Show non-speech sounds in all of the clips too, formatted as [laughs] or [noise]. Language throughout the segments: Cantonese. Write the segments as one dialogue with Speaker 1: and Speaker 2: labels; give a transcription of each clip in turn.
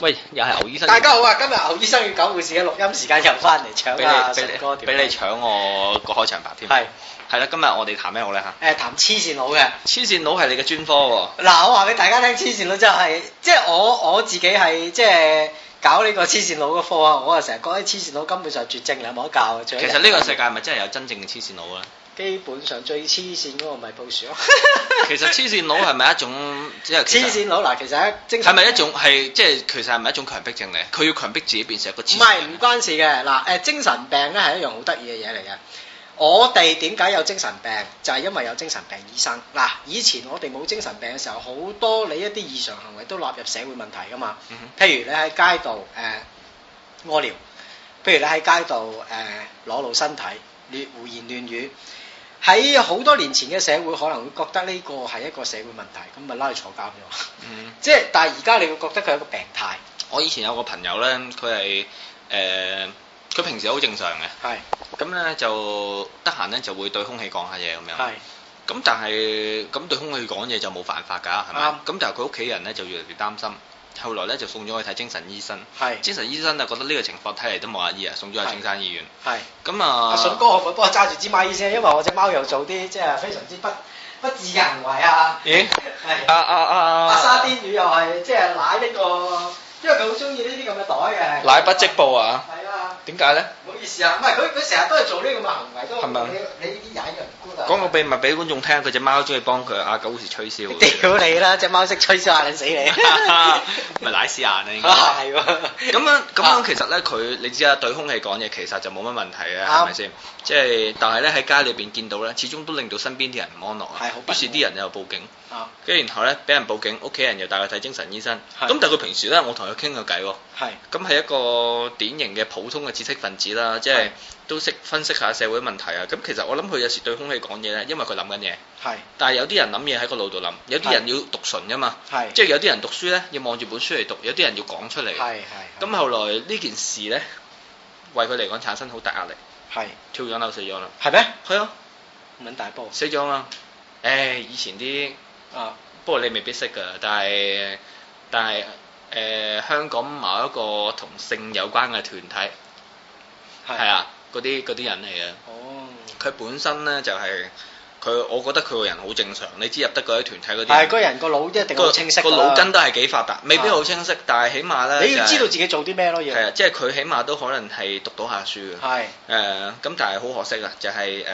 Speaker 1: 喂，又係牛醫生，
Speaker 2: 大家好啊！今日牛醫生與狗護士嘅錄音時間又翻嚟搶
Speaker 1: 俾
Speaker 2: 啊！
Speaker 1: 你
Speaker 2: 順哥
Speaker 1: 俾你
Speaker 2: 條
Speaker 1: 俾你搶我個開場白添。
Speaker 2: 係
Speaker 1: 係啦，今日我哋談咩好咧嚇？
Speaker 2: 誒談黐線佬嘅
Speaker 1: 黐線佬係你嘅專科喎。
Speaker 2: 嗱，我話俾大家聽，黐線佬真係即係我我自己係即係搞呢個黐線佬嘅科啊！我啊成日覺得黐線佬根本上絕症，你冇得教啊！其
Speaker 1: 其實呢個世界咪真係有真正嘅黐線佬
Speaker 2: [laughs]
Speaker 1: 咧？
Speaker 2: 基本上最黐線嗰個咪布殊咯。
Speaker 1: 其實黐線佬係咪一種即係其
Speaker 2: 黐
Speaker 1: 實
Speaker 2: 線佬嗱，其實係精神
Speaker 1: 係咪一種係即係其實係咪一種強迫症嚟？佢要強迫自己變成一個黐
Speaker 2: 唔
Speaker 1: 線
Speaker 2: 係
Speaker 1: 佬。
Speaker 2: 唔關事嘅嗱，誒、精神病咧係一樣好得意嘅嘢嚟嘅。我哋點解有精神病？就係、因為有精神病醫生嗱。以前我哋冇精神病嘅時候，好多你一啲異常行為都納入社會問題噶嘛。
Speaker 1: 嗯
Speaker 2: 譬如你喺街度誒屙尿，譬如你喺街度誒裸露身體，亂胡言亂語。喺好多年前嘅社會，可能會覺得呢個係一個社會問題，咁咪拉去坐監啫。
Speaker 1: 嗯
Speaker 2: 即係，但係而家你會覺得佢係一個病態，
Speaker 1: 我以前有個朋友咧，佢係誒，佢平時好正常嘅，
Speaker 2: 係
Speaker 1: 咁咧就得閒咧就會對空氣講下嘢咁樣。
Speaker 2: 係
Speaker 1: 咁但係咁對空氣講嘢就冇犯法㗎，係咪？
Speaker 2: 啱
Speaker 1: 咁但係佢屋企人咧就越嚟越擔心，後來咧就送咗去睇精神醫生。
Speaker 2: 係
Speaker 1: 精神醫生就覺得呢個情況睇嚟都冇得醫啊，送咗去青山醫院。
Speaker 2: 係。
Speaker 1: 咁啊，
Speaker 2: 阿筍哥可唔可以幫我揸住支咪先？因為我只貓又做啲即係非常之不不智嘅行為啊！
Speaker 1: 咦？
Speaker 2: 係
Speaker 1: 啊啊啊！
Speaker 2: 阿沙甸魚又係即係舐呢個，因為佢好中意呢啲咁嘅袋嘅。
Speaker 1: 奶不織布啊？
Speaker 2: 係啊，
Speaker 1: 點解咧？
Speaker 2: 唔好意思啊，唔係佢佢成日都係做呢咁嘅行為，都
Speaker 1: 係咪啊
Speaker 2: 你你呢啲曳人官啊！
Speaker 1: 講個秘密俾觀眾聽，佢只貓中意幫佢阿狗好似吹簫嘅。
Speaker 2: 屌你啦！只貓識吹簫嚇你 [laughs] 死你！
Speaker 1: 咪奶屎眼啊！應該。
Speaker 2: 係
Speaker 1: [laughs]
Speaker 2: 喎，
Speaker 1: 咁樣咁
Speaker 2: 啊
Speaker 1: 樣其實咧，佢你知啦，對空氣講嘢其實就冇乜問題嘅，
Speaker 2: 啱
Speaker 1: 係咪先？即係但係咧喺街裏邊見到咧，始終都令到身邊啲人唔安樂啊
Speaker 2: 係好
Speaker 1: 於
Speaker 2: 不安
Speaker 1: 是啲人又報警
Speaker 2: 啱，
Speaker 1: 跟住然後咧俾人報警，屋企人又帶佢睇精神醫生。
Speaker 2: 係
Speaker 1: 咁但係佢平時咧，我同佢傾過偈喎。
Speaker 2: 係
Speaker 1: 咁係一個典型嘅普通嘅知識分子啦，即係
Speaker 2: 係
Speaker 1: 都識分析下社會問題啊。咁其實我諗佢有時對空氣講嘢咧，因為佢諗緊嘢。
Speaker 2: 係
Speaker 1: 但係有啲人諗嘢喺個腦度諗，有啲人要讀唇噶嘛，
Speaker 2: 係
Speaker 1: 即係有啲人讀書咧要望住本書嚟讀，有啲人要講出嚟。
Speaker 2: 係係
Speaker 1: 咁後來呢件事咧，為佢嚟講產生好大壓力，
Speaker 2: 係
Speaker 1: 跳咗樓死咗啦。
Speaker 2: 係咩？
Speaker 1: 係啊，
Speaker 2: 唔撚大波
Speaker 1: 死咗啊！誒，以前啲
Speaker 2: 啊！
Speaker 1: 不過你未必識㗎，但係但係誒、香港某一個同性有關嘅團體係
Speaker 2: 係
Speaker 1: 啊，嗰啲嗰啲人嚟嘅。
Speaker 2: 哦，
Speaker 1: 佢本身咧就係、佢，我覺得佢個人好正常。你知入得嗰啲團體嗰啲
Speaker 2: 係
Speaker 1: 人，
Speaker 2: 個人個腦一定
Speaker 1: 個
Speaker 2: 好清晰
Speaker 1: 個
Speaker 2: 㗎啦啊
Speaker 1: 腦筋都係幾發達，未必好清晰，但係起碼咧
Speaker 2: 你要知道自己做啲咩咯，要
Speaker 1: 係啊，即係佢起碼都可能係讀到下書嘅。
Speaker 2: 係。
Speaker 1: 誒呃咁，但係好可惜啊，就係誒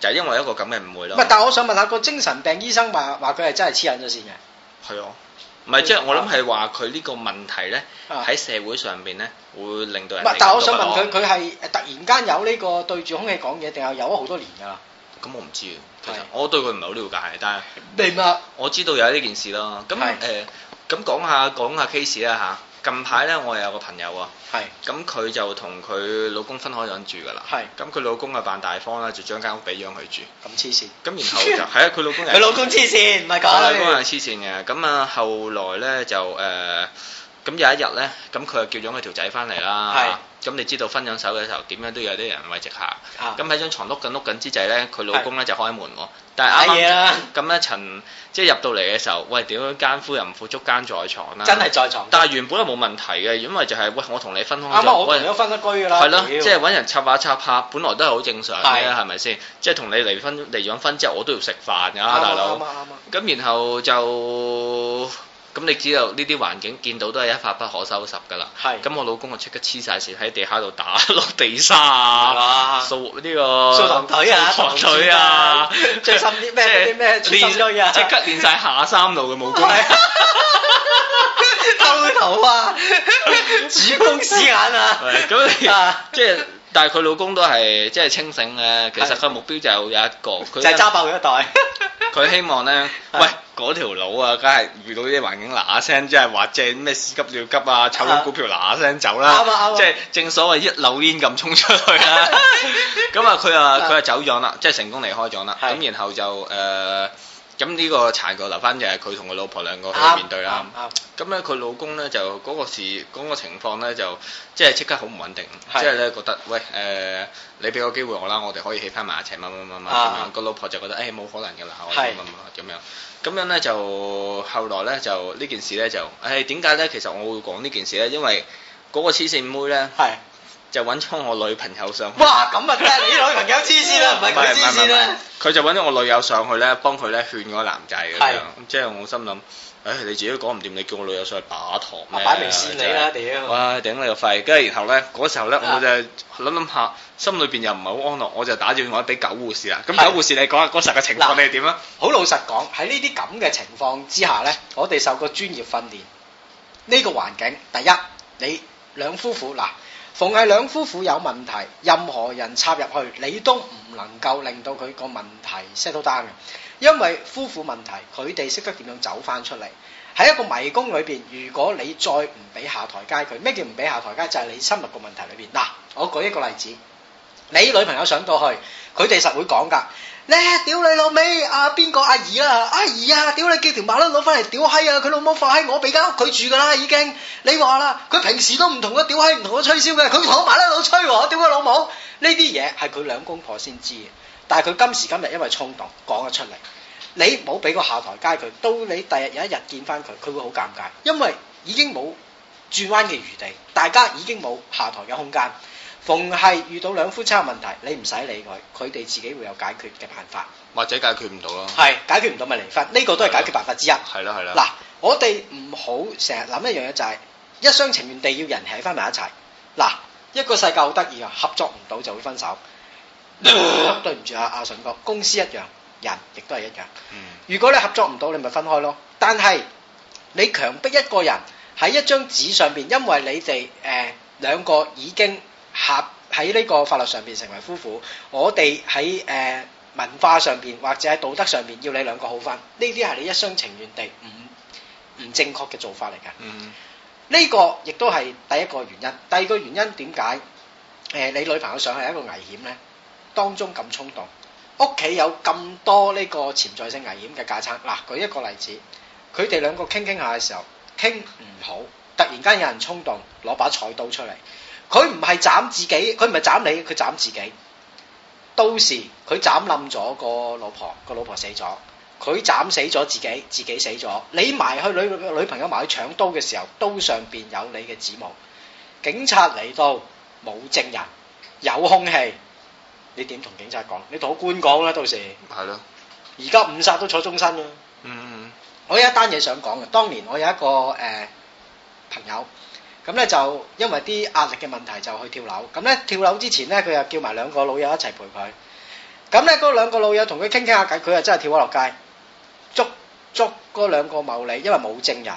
Speaker 1: 就係因為一個咁嘅誤會
Speaker 2: 唔
Speaker 1: 咯
Speaker 2: 係，。但係我想問下個精神病醫生話話佢係真係黐撚咗線嘅，
Speaker 1: 係啊，唔係即係我諗係話佢呢個問題咧，
Speaker 2: 啊
Speaker 1: 喺社會上邊咧會令到
Speaker 2: 唔
Speaker 1: 人哋，
Speaker 2: 係但係
Speaker 1: 感
Speaker 2: 我想
Speaker 1: 到哦
Speaker 2: 問
Speaker 1: 不安
Speaker 2: 佢，佢係突然間有呢個對住空氣講嘢，定係有咗好多年㗎啦？
Speaker 1: 咁我唔知啊，其實
Speaker 2: 係
Speaker 1: 我對佢唔係好了解，但係
Speaker 2: 明白。
Speaker 1: 我知道有呢件事啦。咁
Speaker 2: 係
Speaker 1: 誒咁講下講下 case 啦嚇。近排咧，我又有個朋友啊，
Speaker 2: 係
Speaker 1: 咁佢就同佢老公分開咗住噶啦。
Speaker 2: 係
Speaker 1: 咁佢老公啊扮大方啦，就將間屋俾咗佢住。
Speaker 2: 咁黐線，
Speaker 1: 咁然後就
Speaker 2: [laughs]
Speaker 1: 係啊，佢老公又
Speaker 2: 佢老公黐線，唔係
Speaker 1: 我老公
Speaker 2: 佢。
Speaker 1: 係黐線嘅，咁啊後來咧就誒，咁、有一日咧，咁佢就叫咗佢條仔翻嚟啦。咁你知道分咗手嘅時候，點樣都有啲人慰藉下。
Speaker 2: 啊
Speaker 1: 咁喺張床碌緊碌緊之際咧，佢老公咧就開門喎。但係啱
Speaker 2: 買嘢
Speaker 1: 啱
Speaker 2: 啦
Speaker 1: 咁咧，陳即係入到嚟嘅時候，喂，屌奸夫淫婦捉奸在床啦。
Speaker 2: 真係在床，
Speaker 1: 但係原本係冇問題嘅，因為就係、喂，我同你分開
Speaker 2: 啱啱啊
Speaker 1: 咗，
Speaker 2: 我
Speaker 1: 喂
Speaker 2: 朋友分得居㗎啦。
Speaker 1: 係咯，
Speaker 2: 屌
Speaker 1: 即係揾人插下插下，本來都係好正常嘅，
Speaker 2: 係
Speaker 1: 係咪先？即係同你離婚離咗婚之後，我都要食飯㗎，
Speaker 2: 啱啊
Speaker 1: 大佬
Speaker 2: 啱。啊啱啊！
Speaker 1: 咁然後就咁你知道呢啲環境見到都係一發不可收拾㗎啦。
Speaker 2: 係
Speaker 1: 咁我老公啊，即刻黐晒線喺地下度打落地沙
Speaker 2: 係
Speaker 1: 啊，
Speaker 2: 嘛
Speaker 1: 掃呢個
Speaker 2: 掃堂腿啊
Speaker 1: 掃堂腿啊
Speaker 2: 堂腿啊，最深啲咩
Speaker 1: 即係
Speaker 2: 啲咩全身區啊
Speaker 1: 練即刻練晒下三路嘅武功。
Speaker 2: [laughs] 係啊偷
Speaker 1: [laughs]
Speaker 2: 頭啊，主公屎眼啊！
Speaker 1: 係咁你
Speaker 2: [laughs] 啊
Speaker 1: 即係，但係佢老公都係即係清醒嘅。其實
Speaker 2: 係
Speaker 1: 佢目標就有一個，
Speaker 2: 就
Speaker 1: 佢
Speaker 2: 係揸爆佢
Speaker 1: [laughs]
Speaker 2: 一袋。
Speaker 1: 佢希望咧，
Speaker 2: 係
Speaker 1: 喂嗰條佬啊，梗係遇到呢啲環境嗱嗱聲，即係話借咩屎急尿急啊，炒到股票嗱嗱聲走啦，
Speaker 2: 啱啊啱啊
Speaker 1: 即係正所謂一溜煙咁衝出去啦。
Speaker 2: [laughs]
Speaker 1: 咁啊，佢啊
Speaker 2: 啊
Speaker 1: 佢啊走咗啦，即係成功離開咗啦。
Speaker 2: 係
Speaker 1: 咁然後就誒咁呢個殘局留翻就係佢同佢老婆兩個去
Speaker 2: 啱
Speaker 1: 面對啦。
Speaker 2: 啱啱
Speaker 1: 咁咧佢老公咧就嗰、個事嗰、個情況咧就即係即刻好唔穩定，即
Speaker 2: 係
Speaker 1: 係咧覺得喂誒、呃你俾個機會我啦，我哋可以起翻埋一齊乜乜乜乜咁
Speaker 2: 啊
Speaker 1: 樣。個老婆就覺得誒冇、可能㗎啦，我
Speaker 2: 係
Speaker 1: 乜乜乜咁樣。咁樣咧就後來咧就呢件事咧就誒點解咧？其實我會講呢件事咧，因為嗰個黐線妹咧
Speaker 2: 係。
Speaker 1: 就揾咗我女朋友上去。
Speaker 2: 哇，咁啊，真係你女朋友黐線啊啦，唔係佢黐線啦。
Speaker 1: 唔係，佢就揾咗我女友上去咧，幫佢咧勸嗰個男仔咁
Speaker 2: 係
Speaker 1: 樣。即係我心諗，唉，你自己都講唔掂，你叫我女友上去把堂咩？
Speaker 2: 啊擺明線你啦
Speaker 1: 真係
Speaker 2: 屌
Speaker 1: 哇，頂你個肺！跟住然後咧，嗰時候咧，
Speaker 2: 啊
Speaker 1: 我就諗諗下，心裏邊又唔係好安樂，我就打電話俾狗護士啦。咁
Speaker 2: 係
Speaker 1: 狗護士，你講下嗰時候嘅情況
Speaker 2: 嗱
Speaker 1: 你係點啊？
Speaker 2: 好老實講，喺呢啲咁嘅情況之下呢，我哋受過專業訓練，呢、個環境，第一，你兩夫婦嗱，逢係兩夫婦有問題，任何人插入去，你都唔能夠令到佢個問題 settle down 嘅，因為夫婦問題，佢哋識得點樣走翻出嚟。喺一個迷宮裏邊，如果你再唔俾下台階佢，咩叫唔俾下台階？就係、你深入個問題裏邊。嗱，我舉一個例子，你女朋友上到去，佢哋實會講㗎。咧屌你老味，阿邊個阿姨啦，阿姨啊，屌你叫條馬騮攞翻嚟屌閪啊！佢老母放喺我俾間屋佢住㗎啦，已經。你話啦，佢平時都唔同我屌閪，唔同我吹簫嘅，佢同我馬騮佬吹我，屌佢老母！呢啲嘢係佢兩公婆先知嘅，但係佢今時今日因為衝動講咗出嚟，你冇俾個下台階佢，到你第日有一日見翻佢，佢會好尷尬，因為已經冇轉彎嘅餘地，大家已經冇下台嘅空間。逢係遇到兩夫妻嘅問題，你唔使理佢，佢哋自己會有解決嘅辦法。
Speaker 1: 或者解決唔到咯。
Speaker 2: 係解決唔到咪離婚，呢、個都係解決辦法之一。
Speaker 1: 係啦係啦。
Speaker 2: 嗱，我哋唔好成日諗一樣嘢就係、一廂情願地要人喺翻埋一齊。嗱，一個世界好得意啊，合作唔到就會分
Speaker 1: [laughs]
Speaker 2: 手。對唔住啊，阿順哥，公司一樣，人亦都係一樣。
Speaker 1: 嗯
Speaker 2: 如果你合作唔到，你咪分開咯。但係你強迫一個人喺一張紙上邊，因為你哋誒、呃、兩個已經合喺呢個法律上邊成為夫婦，我哋喺誒文化上邊或者喺道德上邊要你兩個好翻，呢啲係你一廂情願地唔唔正確嘅做法嚟㗎。
Speaker 1: 嗯
Speaker 2: 呢個亦都係第一個原因。第二個原因點解？誒、你女朋友上係一個危險呢？當中咁衝動，屋企有咁多呢個潛在性危險嘅架撐。嗱，舉一個例子，佢哋兩個傾傾下嘅時候，傾唔好，突然間有人衝動攞把菜刀出嚟，佢唔係斬自己，佢唔係斬你，佢斬自己。到時佢斬冧咗個老婆，個老婆死咗，佢斬死咗自己，自己死咗。你埋去女女朋友埋去搶刀嘅時候，刀上邊有你嘅指模。警察嚟到冇證人，有空氣，你點同警察講？你同個官講啦，到時
Speaker 1: 係咯。
Speaker 2: 而家誤殺都坐終身啦。
Speaker 1: 嗯
Speaker 2: 我有一單嘢想講嘅，當年我有一個誒、呃朋友，咁咧就因為啲壓力嘅問題就去跳樓，咁咧跳樓之前咧佢又叫埋兩個老友一齊陪佢，咁咧嗰兩個老友同佢傾傾下偈，佢又真係跳咗落街，捉捉嗰兩個謀利，因為冇證人，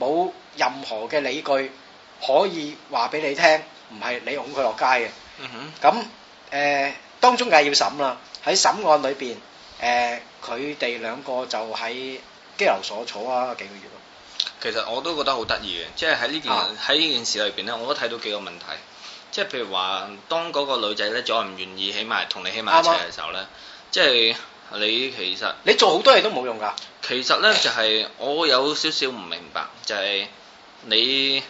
Speaker 2: 冇任何嘅理據可以話俾你聽，唔係你擁佢落街嘅。
Speaker 1: 嗯哼。
Speaker 2: 咁誒、呃、當中梗係要審啦，喺審案裏邊誒佢哋兩個就喺拘留所坐啊幾個月咯。
Speaker 1: 其實我都覺得好得意嘅，即係喺呢件
Speaker 2: 啊
Speaker 1: 喺呢、件事裏邊咧，我都睇到幾個問題，即係譬如話，當嗰個女仔咧再唔願意起埋同你起埋一齊嘅時候咧，即係你其實
Speaker 2: 你做好多嘢都冇用㗎，
Speaker 1: 其實咧就係、我有少少唔明白，就係、你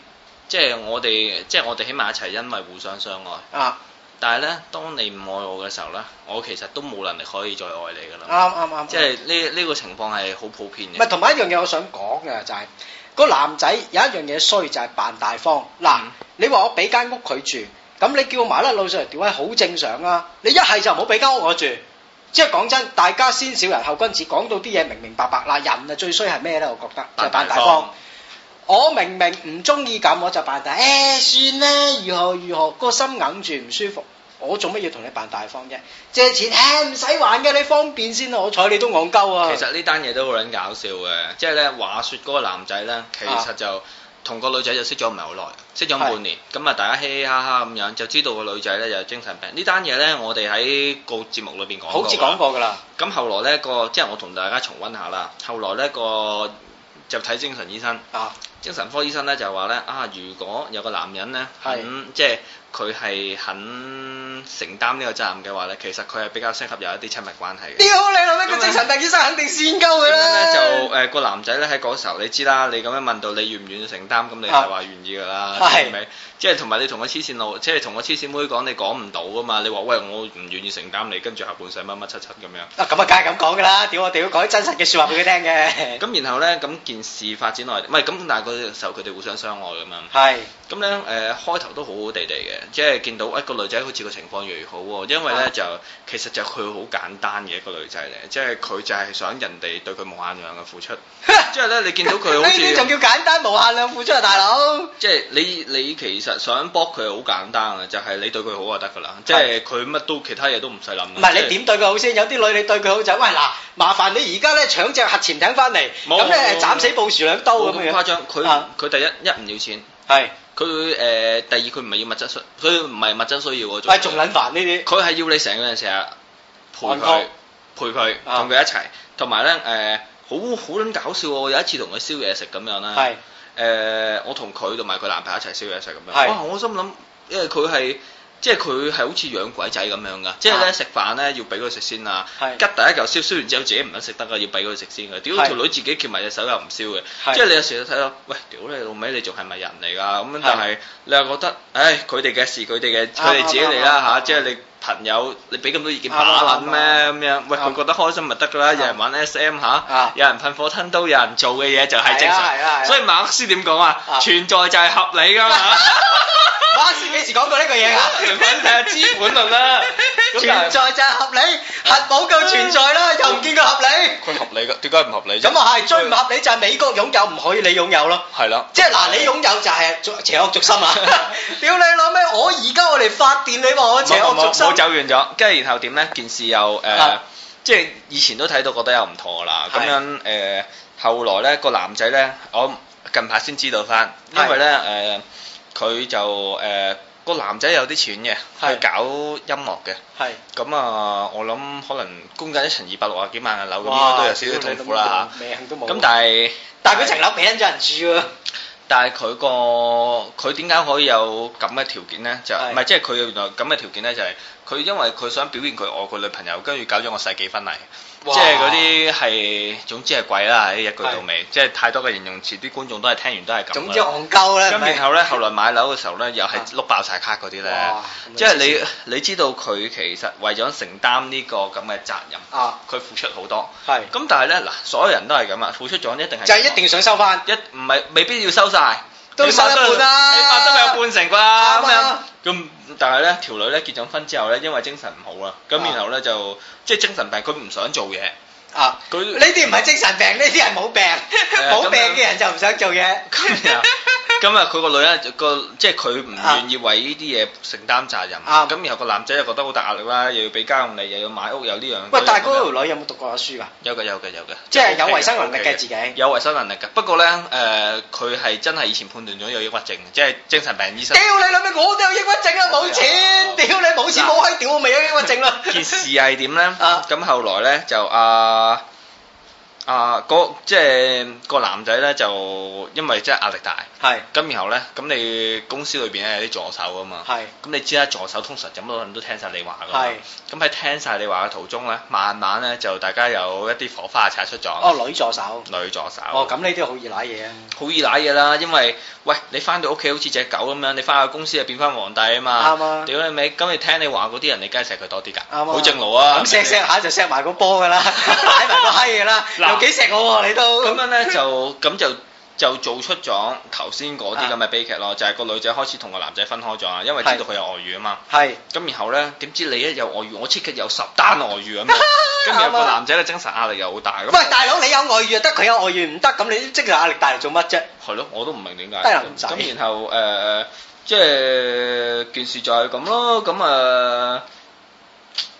Speaker 1: 即係我哋即係我哋起埋一齊，因為互相相愛。
Speaker 2: 啊
Speaker 1: 但係咧，當你唔愛我嘅時候咧，我其實都冇能力可以再愛你㗎
Speaker 2: 啱
Speaker 1: 啦。
Speaker 2: 啱啱，
Speaker 1: 即係呢呢個情況係好普遍
Speaker 2: 唔
Speaker 1: 嘅。
Speaker 2: 啊係同埋一樣嘢我想講嘅就係、個男仔有一樣嘢衰就係扮大方嗱，
Speaker 1: 嗯
Speaker 2: 你話我俾間屋佢住，咁你叫我麻甩佬上嚟屌閪好正常啊！你一係就唔好俾間屋我住，即係講真，大家先小人後君子，講到啲嘢明明白白嗱，人啊最衰係咩咧？我覺得就係扮大方。我明明唔中意咁，我就扮大，誒、算啦，如何如何，個心硬住唔舒服，我做乜要同你扮大方啫？借錢誒唔使還嘅，你方便先啦，我睬你都戇鳩啊！
Speaker 1: 其實呢單嘢都好撚搞笑嘅，即係咧話説嗰個男仔咧，其實
Speaker 2: 啊
Speaker 1: 就同個女仔就識咗唔係好耐，識咗半年，咁啊大家嘻嘻哈哈咁樣，就知道個女仔咧就有精神病。呢單嘢咧，我哋喺個節目裏邊講過
Speaker 2: 好似講
Speaker 1: 啦。
Speaker 2: 過㗎啦，
Speaker 1: 咁後來咧個，即係我同大家重温下啦。後來咧個就睇精神醫生，
Speaker 2: 啊
Speaker 1: 精神科醫生咧就話咧啊，如果有個男人咧
Speaker 2: 係
Speaker 1: 肯即係佢係肯承擔呢個責任嘅話咧，其實佢係比較適合有一啲親密關係嘅。
Speaker 2: 屌你老味，個精神病醫生肯定先鳩佢
Speaker 1: 咁
Speaker 2: 啦。
Speaker 1: 咧就誒個男仔咧喺嗰時候你知啦，你咁樣問到你願唔願意承擔，咁你就話願意㗎啦，
Speaker 2: 啊係
Speaker 1: 係咪？即係同埋你同個黐線佬，即係同個黐線妹講，你講唔到㗎嘛？你話喂我唔願意承擔你，跟住下半世乜乜七七咁樣。
Speaker 2: 啊咁啊，梗係咁講㗎啦。屌我屌，講啲真實嘅説話俾佢聽嘅。
Speaker 1: 咁然後咧，咁件事發展落嚟，唔係咁，但係嗰時候佢哋互相相愛咁樣。
Speaker 2: [laughs] 係
Speaker 1: 咁咧誒開頭都好好地地嘅，即係見到一個女仔好似個情況越嚟越好喎，因為
Speaker 2: 啊
Speaker 1: 咧就其實就佢好簡單嘅一個女仔嚟，即係佢就係想人哋對佢無限量嘅付
Speaker 2: [laughs]
Speaker 1: 出。即係咧，你見到佢好
Speaker 2: 呢啲仲
Speaker 1: 似
Speaker 2: 叫簡單無限量付出啊，大佬。
Speaker 1: 即係你你其實想搏佢好簡單嘅，就係、你對佢好就得㗎啦，即係佢乜都其他嘢都唔使諗㗎。
Speaker 2: 唔係
Speaker 1: 即係
Speaker 2: 你點對佢好先？有啲女你對佢好就喂嗱，麻煩你而家咧搶隻核潛艇翻嚟，
Speaker 1: 冇
Speaker 2: 咁咧
Speaker 1: 冇
Speaker 2: 斬死布樹兩刀
Speaker 1: 冇
Speaker 2: 咁
Speaker 1: 咁
Speaker 2: 樣
Speaker 1: 誇。張？佢
Speaker 2: 啊
Speaker 1: 佢第一一唔要錢，
Speaker 2: 係，
Speaker 1: 佢誒、呃第二佢唔係要物質需，佢唔係物質需要嗰種。
Speaker 2: 喂仲撚煩呢啲。
Speaker 1: 佢係要你成個人成日陪
Speaker 2: 按拖
Speaker 1: 佢，陪佢
Speaker 2: 啊
Speaker 1: 同佢一齊，同埋咧誒，好好撚搞笑喎！我有一次同佢燒嘢食咁樣啦，誒
Speaker 2: 係、
Speaker 1: 我同佢同埋佢男朋友一齊燒嘢食咁樣，
Speaker 2: 係
Speaker 1: 哇！我心諗，因為佢係。即係佢係好似養鬼仔咁樣噶，即係咧
Speaker 2: 啊
Speaker 1: 食飯咧要俾佢食先啊，
Speaker 2: 係
Speaker 1: 吉第一嚿燒，燒完之後自己唔肯食得噶，要俾佢食先嘅。屌
Speaker 2: 係
Speaker 1: 條女自己翹埋隻手又唔燒嘅，
Speaker 2: 係啊
Speaker 1: 即係你有時睇到，喂，屌你老味，你仲係咪人嚟㗎？咁樣
Speaker 2: 係
Speaker 1: 但係你又覺得，唉，佢哋嘅事佢哋嘅，佢哋自己嚟
Speaker 2: 啱啱啱
Speaker 1: 啦嚇，
Speaker 2: 啱
Speaker 1: 即係你朋友，你俾咁多意見
Speaker 2: 啱
Speaker 1: 把撚咩
Speaker 2: 啱
Speaker 1: 咁樣？喂，
Speaker 2: 啱
Speaker 1: 佢覺得開心咪得㗎啦，有人玩 SM 嚇
Speaker 2: 啊，
Speaker 1: 有人噴火吞刀，有人做嘅嘢就係正
Speaker 2: 係啊係啊係
Speaker 1: 常。
Speaker 2: 啊
Speaker 1: 所以馬克思點講啊？
Speaker 2: 啊
Speaker 1: 存在就係合理
Speaker 2: [laughs]
Speaker 1: 㗎嘛。 [laughs]
Speaker 2: 馬克思幾時講過呢句嘢啊？
Speaker 1: 睇下資本論啦，咁但係
Speaker 2: 存在就係合理，核武夠存在啦，又唔見佢合理。
Speaker 1: 佢合理㗎，點解唔合理啫？
Speaker 2: 嗯咁啊係，最唔合理就係美國擁有唔可以你擁有咯。
Speaker 1: 係啦，
Speaker 2: 即係嗱，你擁有就係邪惡逐心啊！
Speaker 1: [laughs]
Speaker 2: 屌你老咩！我而家我嚟發電，你話我邪
Speaker 1: 冇
Speaker 2: 惡逐
Speaker 1: 冇冇
Speaker 2: 心？
Speaker 1: 走遠咗，跟住然後點呢？件事又誒，呃
Speaker 2: 啊
Speaker 1: 即係以前都睇到覺得有唔妥啦。咁
Speaker 2: 係
Speaker 1: 樣誒，後來呢個男仔呢，我近排先知道翻，因為呢，誒，佢就誒個男仔有啲錢嘅，係
Speaker 2: 係
Speaker 1: 搞音樂嘅。
Speaker 2: 係
Speaker 1: 咁啊，我諗可能供緊一層二百六啊幾萬嘅樓，咁應該都有少少痛苦啦
Speaker 2: 屌你老母命都
Speaker 1: 嚇。
Speaker 2: 冇。
Speaker 1: 咁但係，
Speaker 2: 但係佢層樓俾緊咗人住喎。
Speaker 1: 但係佢個佢點解可以有咁嘅條件呢？就
Speaker 2: 係
Speaker 1: 唔係即係佢原來咁嘅條件呢，就係、佢因為佢想表現佢愛佢女朋友，跟住搞咗個世紀婚禮，
Speaker 2: 哇
Speaker 1: 即係嗰啲係總之係貴啦，一句到尾，即係太多嘅形容詞，啲觀眾都係聽完都係咁
Speaker 2: 總
Speaker 1: 㗎
Speaker 2: 之
Speaker 1: 啦。
Speaker 2: 戇鳩啦。係
Speaker 1: 咁
Speaker 2: 咪
Speaker 1: 然後呢，後來買樓嘅時候呢，又係
Speaker 2: 啊
Speaker 1: 碌爆晒卡嗰啲呢
Speaker 2: 哇，咁
Speaker 1: 即係
Speaker 2: 樣
Speaker 1: 你你知道佢其實為咗承擔呢個咁嘅責任，
Speaker 2: 啊，
Speaker 1: 佢付出好多。
Speaker 2: 係
Speaker 1: 咁但係呢，嗱，所有人都係咁啊，付出咗一定係
Speaker 2: 就係一定想收翻。
Speaker 1: 一唔係未必要收晒，
Speaker 2: 都
Speaker 1: 起碼
Speaker 2: 收一半啦
Speaker 1: 起碼都有半成
Speaker 2: 啱
Speaker 1: 啩
Speaker 2: 啊
Speaker 1: 咁樣。咁但係咧，條女咧結咗婚之後咧，因為精神唔好啦，咁
Speaker 2: 啊
Speaker 1: 然後咧就即係精神病，佢唔想做嘢，
Speaker 2: 啊！
Speaker 1: 佢
Speaker 2: 呢啲唔係精神病，呢啲係
Speaker 1: [laughs]
Speaker 2: 冇病，冇病嘅人就唔想做嘢。
Speaker 1: 咁然後咁啊，佢個女咧個即係佢唔
Speaker 2: 啊
Speaker 1: 願意為呢啲嘢承擔責任，
Speaker 2: 啱
Speaker 1: 咁然後個男仔又覺得好大壓力啦，又要俾家用你，又要買屋，有呢樣。
Speaker 2: 喂，但係
Speaker 1: 嗰樣
Speaker 2: 嗰條女有冇讀過下書㗎？
Speaker 1: 有嘅有嘅有嘅，
Speaker 2: 即係
Speaker 1: OK 嘅
Speaker 2: 有維生能力
Speaker 1: OK
Speaker 2: 嘅自己
Speaker 1: 有維生能力嘅。不過咧，誒佢係真係以前判斷咗有抑鬱症，即係精神病醫生
Speaker 2: 屌。你老味，我都有抑鬱症啦，冇錢！屌你冇錢冇閪，屌我咪有抑鬱症啦！
Speaker 1: 件事係點咧？
Speaker 2: 啊
Speaker 1: 咁後來咧就啊啊嗰即係個男仔咧就因為真係壓力大，
Speaker 2: 係
Speaker 1: 咁然後咧咁你公司裏邊咧有啲助手啊嘛，
Speaker 2: 係
Speaker 1: 咁你知啦，助手通常就乜人都聽晒你話噶嘛
Speaker 2: 係，
Speaker 1: 咁喺聽晒你話嘅途中咧，慢慢咧就大家有一啲火花擦出咗，
Speaker 2: 哦，女助手。
Speaker 1: 女助手。
Speaker 2: 哦，咁呢啲好易賴嘢啊！
Speaker 1: 好易賴嘢啦，因為喂你翻到屋企好似只狗咁樣，你翻去公司就變翻皇帝啊嘛。
Speaker 2: 啱啊
Speaker 1: 屌你尾，咁你聽你話嗰啲人，你梗係錫佢多啲㗎。
Speaker 2: 啱啊
Speaker 1: 好正路啊。
Speaker 2: 咁錫錫下就錫埋個波 [laughs] 㗎啦，擺埋個閪㗎啦，
Speaker 1: 嗱
Speaker 2: 又幾錫我喎你都。
Speaker 1: 咁樣咧就咁就就做出咗頭先嗰
Speaker 2: 啊
Speaker 1: 啲咁嘅悲劇咯，就係個女仔開始同個男仔分開咗啊，因為知道佢有外遇啊嘛。
Speaker 2: 係
Speaker 1: 咁然後咧，點知你一有外遇，我即刻有十單外遇
Speaker 2: [laughs]
Speaker 1: 咁樣，咁然後個
Speaker 2: 啱啊
Speaker 1: 男仔嘅精神壓力又好大。咁
Speaker 2: 喂，啊大佬你有外遇就得，佢有外遇唔得，咁你精神壓力大嚟做乜啫？
Speaker 1: 係咯，我都唔明點解。
Speaker 2: 低能仔
Speaker 1: 咁然後誒、呃即呃係件事就係咁咯，咁啊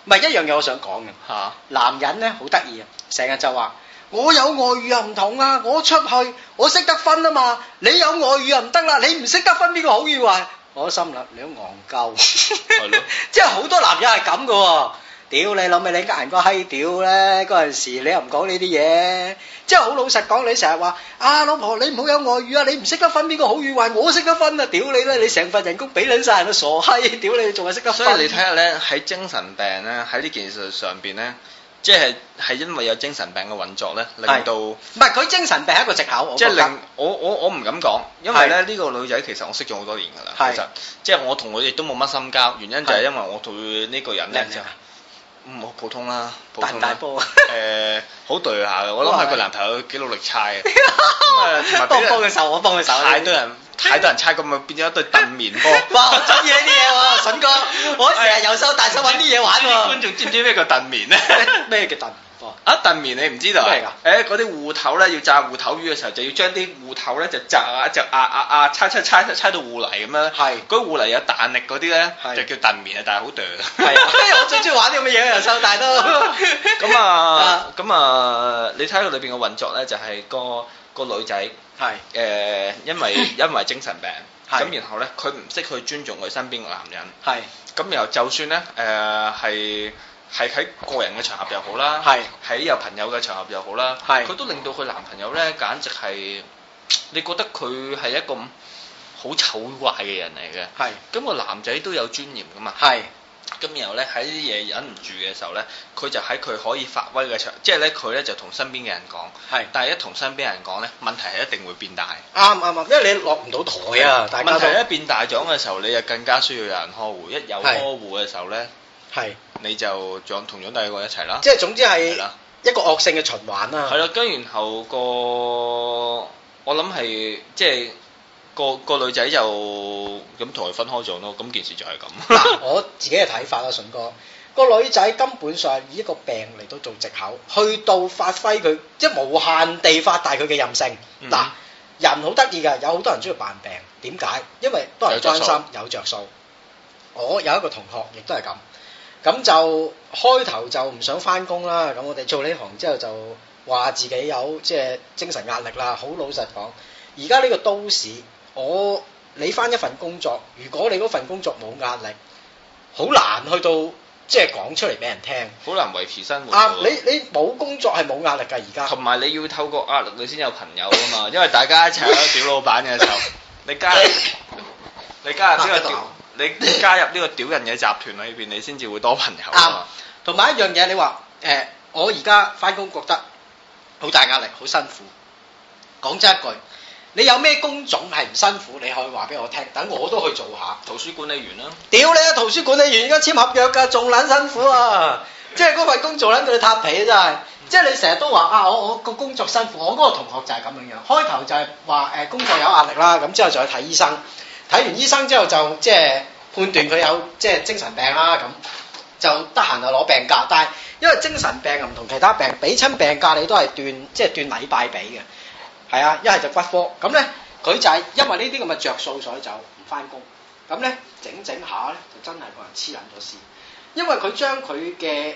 Speaker 2: 唔係一樣嘢我想講嘅。
Speaker 1: 嚇。
Speaker 2: 男人咧好得意啊，成日就話我有外遇啊唔同啊，我出去我識得分啊嘛，你有外遇啊唔得啦，你唔識得分邊個好與壞，我心諗你都戇鳩
Speaker 1: 咯，
Speaker 2: [laughs] 即係好多男人係咁嘅喎。屌你老味，你呃人個閪屌咧！嗰陣時你又唔講呢啲嘢，即係好老實講，你成日話啊老婆你唔好有外遇啊，你唔識得分邊個好與壞，我識得分啊！屌你啦，你成份人工俾撚晒人都傻閪，屌你仲係識得分？
Speaker 1: 所以你睇下咧，喺精神病咧，喺呢件事上邊咧，即係係因為有精神病嘅運作咧，令到
Speaker 2: 唔係佢精神病係一個藉口，我
Speaker 1: 即係
Speaker 2: 覺得
Speaker 1: 令我我我唔敢講，因為咧呢個女仔其實我識咗好多年㗎啦，
Speaker 2: 係
Speaker 1: 其實即係我同佢亦都冇乜深交，原因就係
Speaker 2: 係
Speaker 1: 因為我對呢個人
Speaker 2: 靚
Speaker 1: 咧
Speaker 2: 唔
Speaker 1: 就
Speaker 2: 靚啊
Speaker 1: 嗯好普通啦，普
Speaker 2: 大唔
Speaker 1: 通
Speaker 2: 大
Speaker 1: 啦。
Speaker 2: 波啊？
Speaker 1: 誒好對下嘅，我諗係佢男朋友幾努力
Speaker 2: [laughs]
Speaker 1: 猜嘅，咁啊同埋
Speaker 2: 幫
Speaker 1: 俾人
Speaker 2: 幫佢手，我幫佢手。
Speaker 1: 太多人太多人猜，咁咪變咗一對燉棉波。
Speaker 2: [laughs] 哇！我中意呢啲嘢
Speaker 1: [laughs]
Speaker 2: 喎，筍哥，我成日由收大手揾啲嘢玩
Speaker 1: 觀
Speaker 2: 喎。
Speaker 1: 眾知唔知咩叫燉棉
Speaker 2: [laughs]
Speaker 1: 咧？
Speaker 2: 咩叫燉哦波？
Speaker 1: 啊，燉棉你唔知道啊
Speaker 2: 咩嚟
Speaker 1: 誒，
Speaker 2: 㗎？
Speaker 1: 嗰啲芋頭咧要炸芋頭魚嘅時候，就要將啲芋頭咧就啊炸就壓壓壓，猜猜猜猜到芋泥咁樣。
Speaker 2: 係
Speaker 1: 嗰啲芋泥有彈力嗰啲咧，
Speaker 2: 係
Speaker 1: 就叫燉棉啊，但係好哚。
Speaker 2: 係
Speaker 1: [laughs]
Speaker 2: 啊，我最中意玩啲咁嘅嘢，由收大都。
Speaker 1: 咁
Speaker 2: 啊
Speaker 1: 啊，咁啊，你睇到裏邊嘅運作咧，就係個個女仔。
Speaker 2: 係
Speaker 1: 誒、因 [laughs] 為因為精神病，
Speaker 2: 係
Speaker 1: 咁然後咧，佢唔識去尊重佢身邊嘅男人，
Speaker 2: 係
Speaker 1: 咁然後就算咧誒係係喺個人嘅場合又好啦，
Speaker 2: 係
Speaker 1: 喺有朋友嘅場合又好啦，
Speaker 2: 係
Speaker 1: 佢都令到佢男朋友咧，簡直係你覺得佢係一個好醜壞嘅人嚟嘅，
Speaker 2: 係
Speaker 1: 咁個男仔都有尊嚴噶嘛，
Speaker 2: 係
Speaker 1: 咁然後咧喺呢啲嘢忍唔住嘅時候咧，佢就喺佢可以發威嘅場，即係咧佢咧就同身邊嘅人講，
Speaker 2: 係
Speaker 1: 但係一同身邊嘅人講咧，問題係一定會變大。
Speaker 2: 啱啱啱，因為你落唔到台啊，大家
Speaker 1: 問
Speaker 2: 都
Speaker 1: 題一變大咗嘅時候，你就更加需要有人呵護。一有
Speaker 2: 係
Speaker 1: 呵護嘅時候咧，
Speaker 2: 係，
Speaker 1: 你就仲同咗第二個一齊啦，
Speaker 2: 即係總之
Speaker 1: 係
Speaker 2: 係
Speaker 1: 啦，
Speaker 2: 一個惡性嘅循環啊
Speaker 1: 係
Speaker 2: 啦。
Speaker 1: 啦。跟然後個我諗係即係個個女仔就咁同佢分開咗咯。咁件事就係咁
Speaker 2: [laughs] 嗱，。我自己嘅睇法啦，啊順哥。個女仔根本上以一個病嚟到做藉口，去到發揮佢即係無限地發大佢嘅任性。
Speaker 1: 嗯
Speaker 2: 嗱、人好得意㗎，有好多人中意扮病，點解？因為多人關心，有着數。我有一個同學亦都係咁，咁就開頭就唔想翻工啦。咁我哋做呢行之後就話自己有即係精神壓力啦。好老實講，而家呢個都市，我你翻一份工作，如果你嗰份工作冇壓力，好難去到即係講出嚟俾人聽。
Speaker 1: 好難維持生活㗎喎。
Speaker 2: 啊，你你冇工作係冇壓力㗎，而家。
Speaker 1: 同埋你要透過壓力你先有朋友啊嘛，因為大家一齊喺度屌老闆嘅
Speaker 2: [laughs]
Speaker 1: 時候，你加入你加入呢個
Speaker 2: 啊
Speaker 1: 屌你加入呢個屌人嘅集團裏邊，你先至會多朋友啊嘛。
Speaker 2: 同埋一樣嘢，你話誒、我而家翻工覺得好大壓力，好辛苦。講真一句，你有咩工種係唔辛苦？你可以話俾我聽，等我都去做下。
Speaker 1: 圖書管理員啦，
Speaker 2: 屌你啊！圖書管理員而家簽合約㗎，仲撚辛苦啊！即係嗰份工做撚到你塌皮啊！真係，即係你成日都話啊，我我個工作辛苦，我嗰個同學就係咁樣樣。開頭就係話誒工作有壓力啦，咁之後就去睇醫生，睇完醫生之後就即係判斷佢有即係精神病啦，咁就得閒就攞病假。但係因為精神病又唔同其他病，俾親病假你都係斷即係斷禮拜俾嘅。係啊，一係就骨科。咁咧，佢就係因為呢啲咁嘅着數，所以就唔翻工。咁咧，整整下咧，就真係個人黐撚咗線，因為佢將佢嘅誒，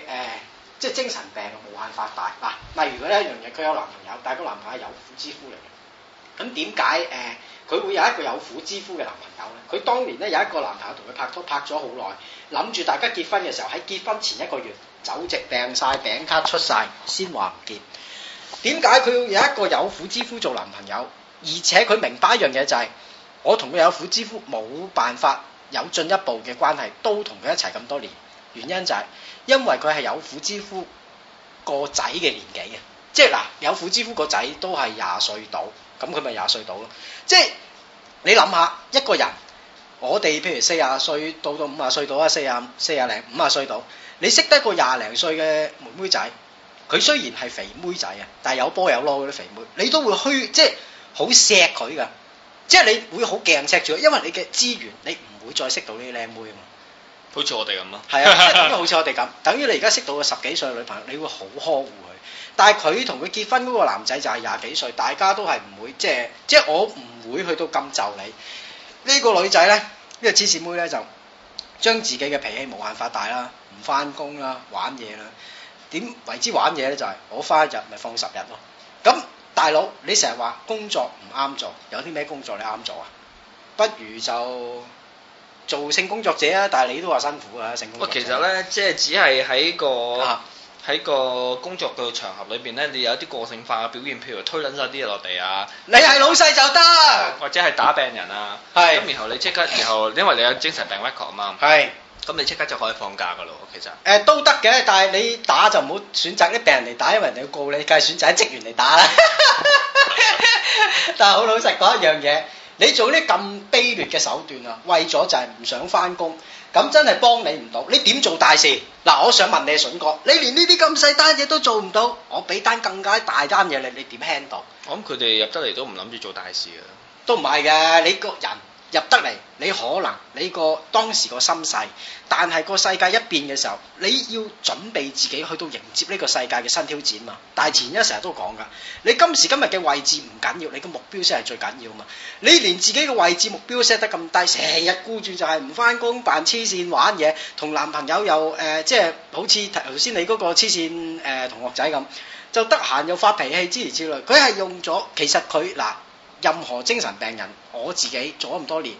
Speaker 2: 即係精神病無限發大嗱、例如佢呢一樣嘢，佢有男朋友，但係個男朋友係有婦之夫嚟嘅。咁點解誒佢會有一個有婦之夫嘅男朋友咧？佢當年咧有一個男朋友同佢拍拖，拍咗好耐，諗住大家結婚嘅時候喺結婚前一個月酒席病晒，餅卡出晒，先話唔結。點解佢要有一個有婦之夫做男朋友？而且佢明白一樣嘢就係、我同佢有婦之夫冇辦法有進一步嘅關係，都同佢一齊咁多年。原因就係因為佢係有婦之夫個仔嘅年紀嘅，即係嗱有婦之夫個仔都係廿歲到，咁佢咪廿歲到咯。即係你諗下一個人，我哋譬如四廿歲到到五廿歲到啊，四廿四廿零五廿歲到，你識得一個廿零歲嘅妹妹仔。佢雖然係肥妹仔啊，但係有波有攞嗰啲肥妹，你都會虛即係好錫佢噶，即係你會好鏡錫住佢，因為你嘅資源你唔會再識到呢啲靚妹啊嘛。
Speaker 1: 好似我哋咁咯。
Speaker 2: 係啊，即係等於好
Speaker 1: [laughs]
Speaker 2: 似我哋咁，等於你而家識到個十幾歲嘅女朋友，你會好呵護佢。但係佢同佢結婚嗰個男仔就係廿幾歲，大家都係唔會即係即係我唔會去到咁就你。呢、個女仔咧，呢、個黐線妹咧就將自己嘅脾氣無限發大啦，唔翻工啦，玩嘢啦。點為之玩嘢咧？就係、我翻一日咪放十日咯。咁大佬，你成日話工作唔啱做，有啲咩工作你啱做啊？不如就做性工作者啊，但係你都話辛苦啊，性工
Speaker 1: 喂哦
Speaker 2: 作，者。
Speaker 1: 其實咧，即係只係喺個
Speaker 2: 啊，
Speaker 1: 喺個工作嘅場合裏邊咧，你有啲個性化嘅表現，譬如推撚晒啲嘢落地啊，
Speaker 2: 你係老細就得，
Speaker 1: 或者係打病人啊，
Speaker 2: 係
Speaker 1: 咁然後你即刻，然後因為你有精神病 record 啊嘛，
Speaker 2: 係
Speaker 1: 咁你即刻就可以放假噶咯，其實。
Speaker 2: 誒都得嘅，但係你打就唔好選擇啲病人嚟打，因為人哋要告你，梗係選擇啲職員嚟打啦。 [laughs] 但係好老實講一樣嘢，你做啲咁卑劣嘅手段啊，為咗就係唔想翻工，咁真係幫你唔到。你點做大事？嗱，我想問你，筍哥，你連呢啲咁細單嘢都做唔到，我俾單更加大單嘢你，你點 handle？
Speaker 1: 我諗佢哋入得嚟都唔諗住做大事嘅，
Speaker 2: 都唔係嘅，你個人入得嚟，你可能你個當時個心細，但係個世界一變嘅時候，你要準備自己去到迎接呢個世界嘅新挑戰嘛。但係前一成日都講噶，你今時今日嘅位置唔緊要，你個目標先係最緊要嘛。你連自己嘅位置目標 set 得咁低，成日顧住就係唔翻工扮黐線玩嘢，同男朋友又誒、呃即係好似頭先你嗰個黐線誒同學仔咁，就得閒又發脾氣之如此類。佢係用咗其實佢嗱。任何精神病人，我自己做咗咁多年，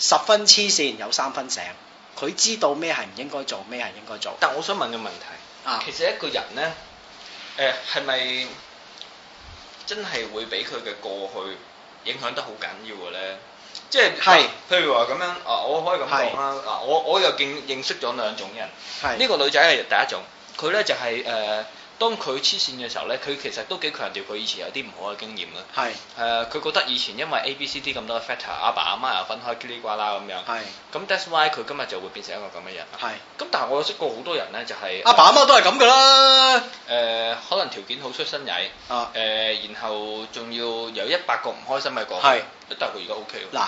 Speaker 2: 十分黐線有三分醒，佢知道咩係唔應該做，咩係應該做
Speaker 1: 但我想問個問題，
Speaker 2: 啊！
Speaker 1: 其實一個人咧，誒係咪真係會俾佢嘅過去影響得好緊要嘅咧？即係
Speaker 2: 係
Speaker 1: 譬如話咁樣啊，我可以咁講啦，啊我我又認認識咗兩種人，
Speaker 2: 係
Speaker 1: 呢個女仔係第一種，佢咧就係、誒、當佢黐線嘅時候咧，佢其實都幾強調佢以前有啲唔好嘅經驗嘅。
Speaker 2: 係
Speaker 1: 誒、佢覺得以前因為 A、B、C、D 咁多 factor，阿爸阿媽又分開，嘰哩呱啦咁樣。
Speaker 2: 係
Speaker 1: 咁 that's why 佢今日就會變成一個咁嘅人啦。
Speaker 2: 係，
Speaker 1: 咁但係我識過好多人咧，就係
Speaker 2: 啊阿爸阿媽都係咁噶啦
Speaker 1: 誒可能條件好出身曳，誒、
Speaker 2: 啊！
Speaker 1: 然後仲要有一百個唔開心嘅過
Speaker 2: 係
Speaker 1: 去，但係佢而家 OK 喎。
Speaker 2: 嗱，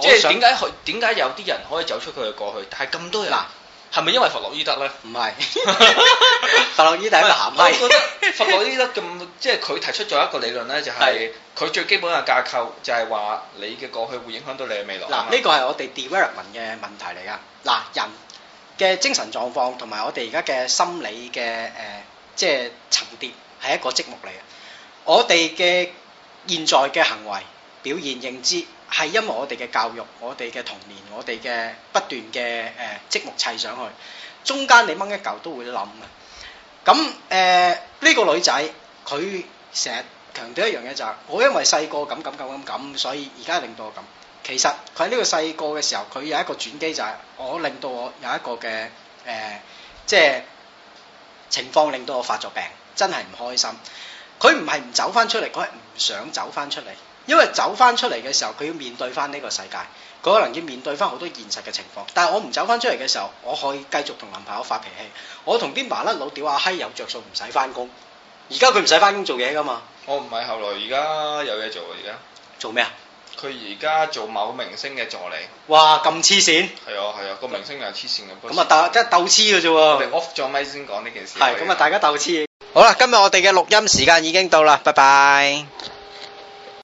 Speaker 1: 即
Speaker 2: 我
Speaker 1: 係
Speaker 2: 想
Speaker 1: 點解佢點解有啲人可以走出佢嘅過去，但係咁多人
Speaker 2: 嗱
Speaker 1: 係咪因為弗洛伊德咧？
Speaker 2: 唔係
Speaker 1: [laughs]
Speaker 2: [laughs] 佛洛伊第一個鹹
Speaker 1: 我
Speaker 2: 閪，
Speaker 1: 覺得佛洛伊德咁，即係佢提出咗一個理論咧，就係佢最基本嘅架構就係話你嘅過去會影響到你嘅未來。啊
Speaker 2: 嗱，呢個係我哋 development 嘅問題嚟噶。嗱，人嘅精神狀況同埋我哋而家嘅心理嘅誒、呃即係層疊係一個積木嚟嘅。我哋嘅現在嘅行為表現認知係因為我哋嘅教育、我哋嘅童年、我哋嘅不斷嘅誒積木砌上去，中間你掹一嚿都會冧嘅。咁誒呢個女仔佢成日強調一樣嘢就係、我因為細個咁咁咁咁咁，所以而家令到我咁。其實佢喺呢個細個嘅時候，佢有一個轉機就係我令到我有一個嘅誒、呃即係情況令到我發咗病，真係唔開心。佢唔係唔走翻出嚟，佢係唔想走翻出嚟，因為走翻出嚟嘅時候，佢要面對翻呢個世界，佢可能要面對翻好多現實嘅情況。但係我唔走翻出嚟嘅時候，我可以繼續同男朋友發脾氣，我同啲麻甩佬屌阿閪有着數，唔使翻工。而家佢唔使翻工做嘢噶嘛，
Speaker 1: 我唔係後來而家有嘢做啊！而家
Speaker 2: 做咩啊？
Speaker 1: 佢而家做某明星嘅助理，
Speaker 2: 哇，咁黐線，
Speaker 1: 係啊係啊，個明星又黐線嘅。
Speaker 2: 咁啊鬥即係鬥黐嘅啫
Speaker 1: 我
Speaker 2: 喎
Speaker 1: 哋。off 咗咪
Speaker 2: 啊
Speaker 1: 先講呢件事。
Speaker 2: 係咁啊，大家鬥黐。好啦，今日我哋嘅錄音時間已經到啦，拜拜。